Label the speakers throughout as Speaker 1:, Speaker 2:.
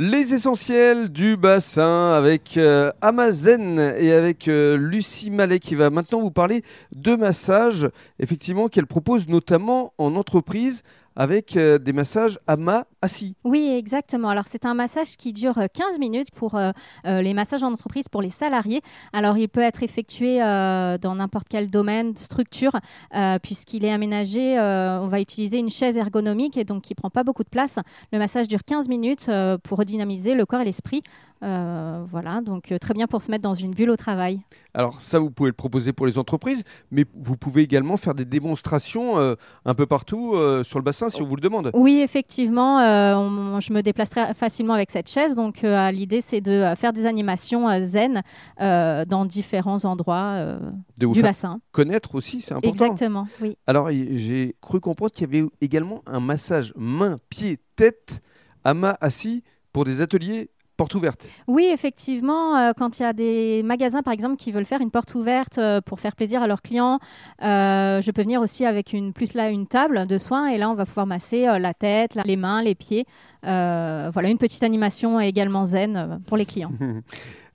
Speaker 1: Les essentiels du bassin avec euh, Amazen et avec euh, Lucie Mallet qui va maintenant vous parler de massages, effectivement, qu'elle propose notamment en entreprise avec euh, des massages à mât assis.
Speaker 2: Oui, exactement. Alors, c'est un massage qui dure euh, 15 minutes pour euh, euh, les massages en entreprise pour les salariés. Alors, il peut être effectué euh, dans n'importe quel domaine, structure, euh, puisqu'il est aménagé. euh, on va utiliser une chaise ergonomique et donc qui prend pas beaucoup de place. Le massage dure 15 minutes euh, pour redynamiser le corps et l'esprit. Euh, voilà, donc euh, très bien pour se mettre dans une bulle au travail.
Speaker 1: Alors ça, vous pouvez le proposer pour les entreprises, mais vous pouvez également faire des démonstrations euh, un peu partout euh, sur le bassin si on vous le demande.
Speaker 2: Oui, effectivement, euh, on- je me déplace très facilement avec cette chaise. Donc, euh, l'idée, c'est de euh, faire des animations euh, zen euh, dans différents endroits euh,
Speaker 1: De vous
Speaker 2: du
Speaker 1: faire
Speaker 2: bassin.
Speaker 1: connaître aussi, c'est important.
Speaker 2: Exactement, oui.
Speaker 1: Alors y- j'ai cru comprendre qu'il y avait également un massage main, pied, tête à mât assis pour des ateliers porte ouverte.
Speaker 2: Oui, effectivement, euh, quand il y a des magasins, par exemple, qui veulent faire une porte ouverte euh, pour faire plaisir à leurs clients, euh, je peux venir aussi avec une plus là une table de soins et là on va pouvoir masser euh, la tête, la- les mains, les pieds. Euh, voilà, une petite animation également zen euh, pour les clients.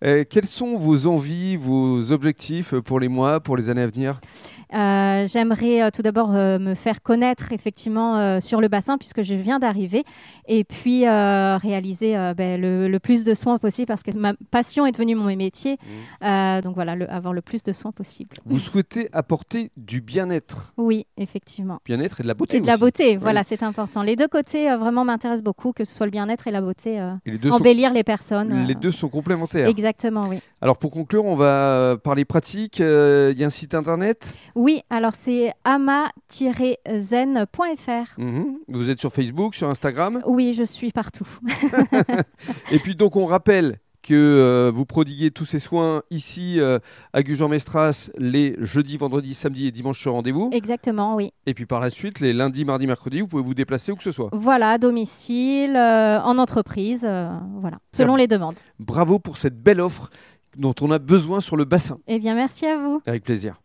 Speaker 1: Euh, quelles sont vos envies, vos objectifs pour les mois, pour les années à venir
Speaker 2: Euh, J'aimerais euh, tout d'abord euh, me faire connaître effectivement euh, sur le bassin puisque je viens d'arriver et puis euh, réaliser euh, ben, le, le plus de soins possible parce que ma passion est devenue mon métier. Euh, donc voilà, le- avoir le plus de soins possible.
Speaker 1: Mmh. Vous souhaitez apporter du bien-être,
Speaker 2: Oui, effectivement.
Speaker 1: bien-être et de la beauté
Speaker 2: Et de la
Speaker 1: aussi.
Speaker 2: beauté, voilà, c'est important. Les deux côtés euh, vraiment m'intéressent beaucoup, que ce soit le bien-être et la beauté, euh,
Speaker 1: Et les deux, sont,
Speaker 2: embellir les personnes.
Speaker 1: les
Speaker 2: euh,
Speaker 1: deux sont complémentaires.
Speaker 2: Exactement, oui.
Speaker 1: Alors pour conclure, on va parler pratique. Euh, Il y a un site internet.
Speaker 2: Oui, alors c'est ama-zen.fr.
Speaker 1: Mhm. Vous êtes sur Facebook, sur Instagram.
Speaker 2: Oui, je suis partout.
Speaker 1: Et puis donc on rappelle que euh, vous prodiguez tous ces soins ici euh, à Gujan-Mestras les jeudis, vendredis, samedis et dimanches sur rendez-vous.
Speaker 2: Exactement, oui.
Speaker 1: Et puis par la suite, les lundis, mardis, mercredis, vous pouvez vous déplacer où que ce soit.
Speaker 2: Voilà, à domicile, euh, en entreprise, euh, voilà, selon les demandes.
Speaker 1: Bravo pour cette belle offre dont on a besoin sur le bassin.
Speaker 2: Eh bien, merci à vous.
Speaker 1: Avec plaisir.